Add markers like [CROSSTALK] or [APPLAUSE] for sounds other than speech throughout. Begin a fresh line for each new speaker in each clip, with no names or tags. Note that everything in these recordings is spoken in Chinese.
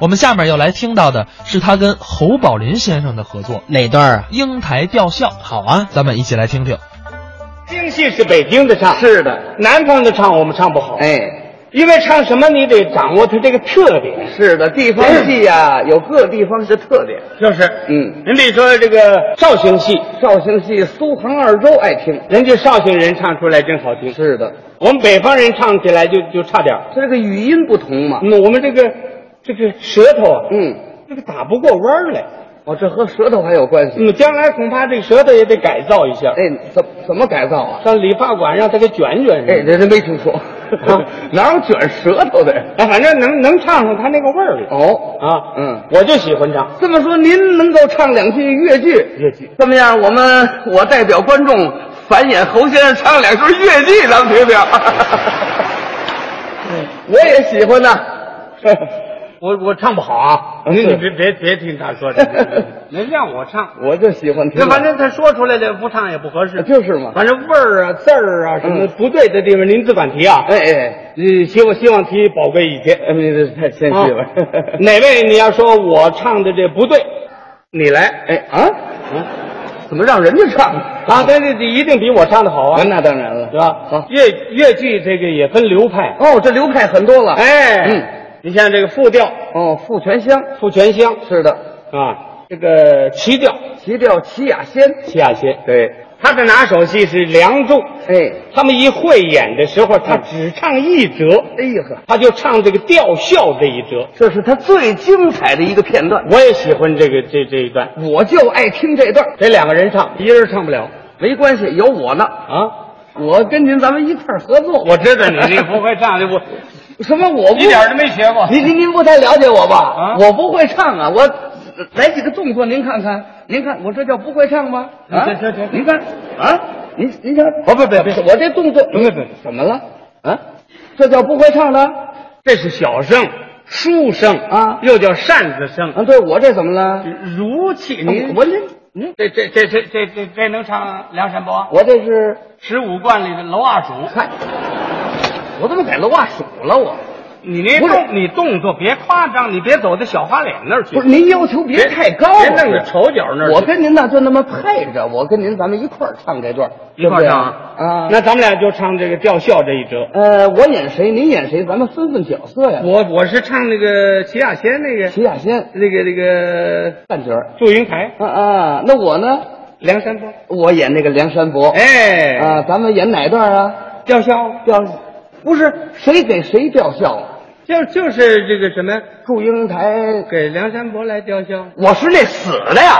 我们下面要来听到的是他跟侯宝林先生的合作
哪段啊？
《英台吊孝》。好啊，咱们一起来听听。
京戏是北京的唱，
是的，
南方的唱我们唱不好，
哎，
因为唱什么你得掌握它这个特点，
是的，地方戏呀、有各地方的特点。
就是
嗯，
您比如说这个绍兴戏，
绍兴戏苏杭二州爱听。
人家绍兴人唱出来真好听，
是的，
我们北方人唱起来就就差点儿。
它这个语音不同嘛。
嗯，我们这个这个舌头啊，
嗯，
这个打不过弯儿来。
哦，这和舌头还有关系。
嗯，将来恐怕这个舌头也得改造一下，
哎，怎怎么改造啊？
上理发馆让他给卷卷
哎，
似的。
这真没听说， [LAUGHS] 哪有卷舌头的呀？
哎，反正能能唱上他那个味儿来
哦，
啊。
嗯，
我就喜欢唱
这么说您能够唱两句越剧？
越剧。
这么样，我们我代表观众繁衍侯先生唱两句越剧，咱们听听。我也喜欢呐。
我我唱不好啊，
嗯
您你别别别听他说 [LAUGHS] 的，您让我唱，
[LAUGHS] 我就喜欢听。
那反正他说出来的不唱也不合适，
就是嘛。
反正味儿啊、字儿啊什么
嗯
不对的地方，您自管提啊。
哎哎，
嗯，希望希望提宝贵意见。 [LAUGHS]
哎，你这太谦虚了
啊。 [LAUGHS]
哦 [LAUGHS]
哪位你要说我唱的这不对，你来
哎啊，怎么让人家唱啊？
啊，对对对，一定比我唱的好啊，啊
那当然
是
了。
吧
好？
越越剧这个也分流派，
哦，这流派很多了。，
哎，
嗯，
你像这个副调
哦，傅全香，
傅全香
是的，
啊，这个齐调
齐调齐雅仙。
齐雅仙，
对，
他的拿手戏是梁祝，
哎，
他们一汇演的时候，他只唱一折，
哎呀呵，
他就唱这个吊孝这一折。
这是他最精彩的一个片段，
我也喜欢这个这这一段，
我就爱听这段。
得两个人唱，一人唱不了
没关系，有我呢，
啊。
我跟您咱们一块儿合作。
我知道你这不 [LAUGHS] 会唱，这不
什么我不
一点儿都没学过。
您您您不太了解我吧？
啊
我不会唱啊，我呃来几个动作您看看，您看我这叫不会唱吗？啊，
行行行
您看啊，您您瞧，不不不，不是我这动作，
不不不
怎么了？啊，这叫不会唱了？
这是小声、书声
啊
又叫扇子声，
啊，
哎
对我这怎么了？啊
如气。您
我这您
这这这这这这这能唱梁山伯
我这是
十五贯里的娄二鼠。
嗨，我怎么改罗袜鼠了我？
你那
不是
动你动作别夸张，你别走到小花脸那儿去。
不是您要求别太高啊，
别弄到丑角那儿去。
我跟您呢就那么配着，我跟您咱们一块儿唱这段，
一块儿唱啊
对不对啊。
那咱们俩就唱这个吊孝这一折。
呃，我演谁，您演谁，咱们分分角色呀。
我我是唱那个齐亚仙那个
齐雅仙
那个那个呃
旦角儿，
祝英台
啊啊，那我呢？
梁山伯。
我演那个梁山伯。
哎，
啊，咱们演哪段啊？
吊孝。
吊，不是谁给谁吊孝？
就就是这个什么，
祝英台，
给梁山伯来吊孝。
我是那死的呀。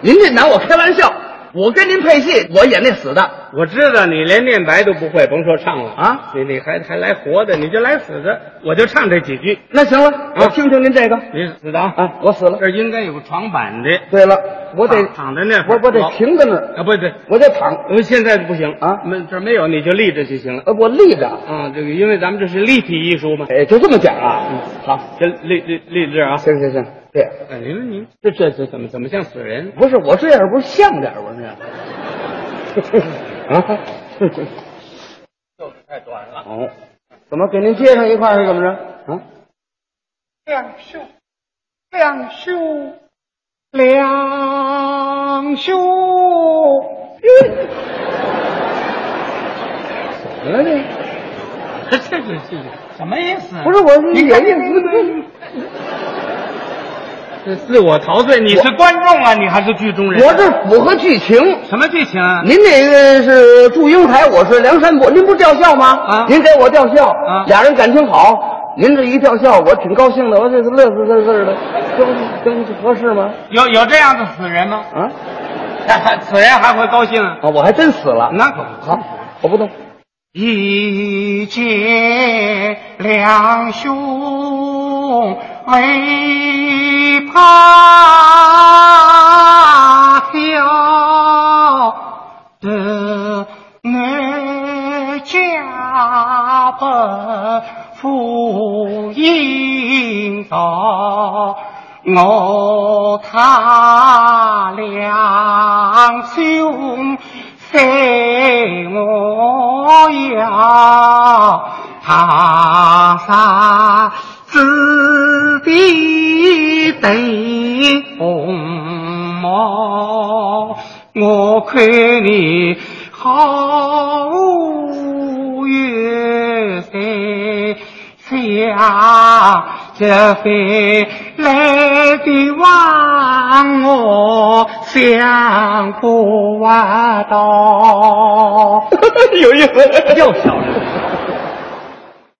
您这拿我开玩笑，我跟您配戏，我演那死的。
我知道你连念白都不会，甭说唱了
啊！
你你还还来活的，你就来死的，我就唱这几句。
那行了，我听听您这个
你死的啊！
啊，我死了。
这儿应该有个床板的，
对了，我得
躺躺在那
我
会儿
我得
老
停在那儿，
啊，不对，
我得躺，
我们现在不行
啊
没这儿没有，你就立着就行了
呃，我立着。
啊。这个因为咱们这是立体艺术嘛，
哎，就这么讲
嗯
啊。好，
这立立立这儿啊。
行行行，对。
哎，你说你这这这怎么怎么像死人？
不是我这样，不是像点儿我这 [LAUGHS] 样。啊，
就是太短了，
哦，怎么给您接上一块儿是怎么着？啊，
两袖，两袖，两袖。
怎么了这？
这 [LAUGHS] 这这这什么意思？
不是，我是
你看
演演，
这自我陶醉，你是观众啊，你还是剧中人？
我这符合剧情。
什么剧情啊？
您那个是祝英台，我是梁山伯，您不是吊孝吗？
啊
您给我吊孝，
啊
俩人感情好，您这一吊孝，我挺高兴的，我这是乐滋滋滋的，跟跟合适吗？
有有这样的死人吗？ [LAUGHS]
啊
死人还会高兴啊？
啊，我还真死了。
那可不。
好，我不动。
[LAUGHS] 一介两兄为怕飘的那家本赴引导。我他两兄非我要他杀子弟对红毛，我看你好月色，下这飞来的望我想不到。啊
有意思，又小了。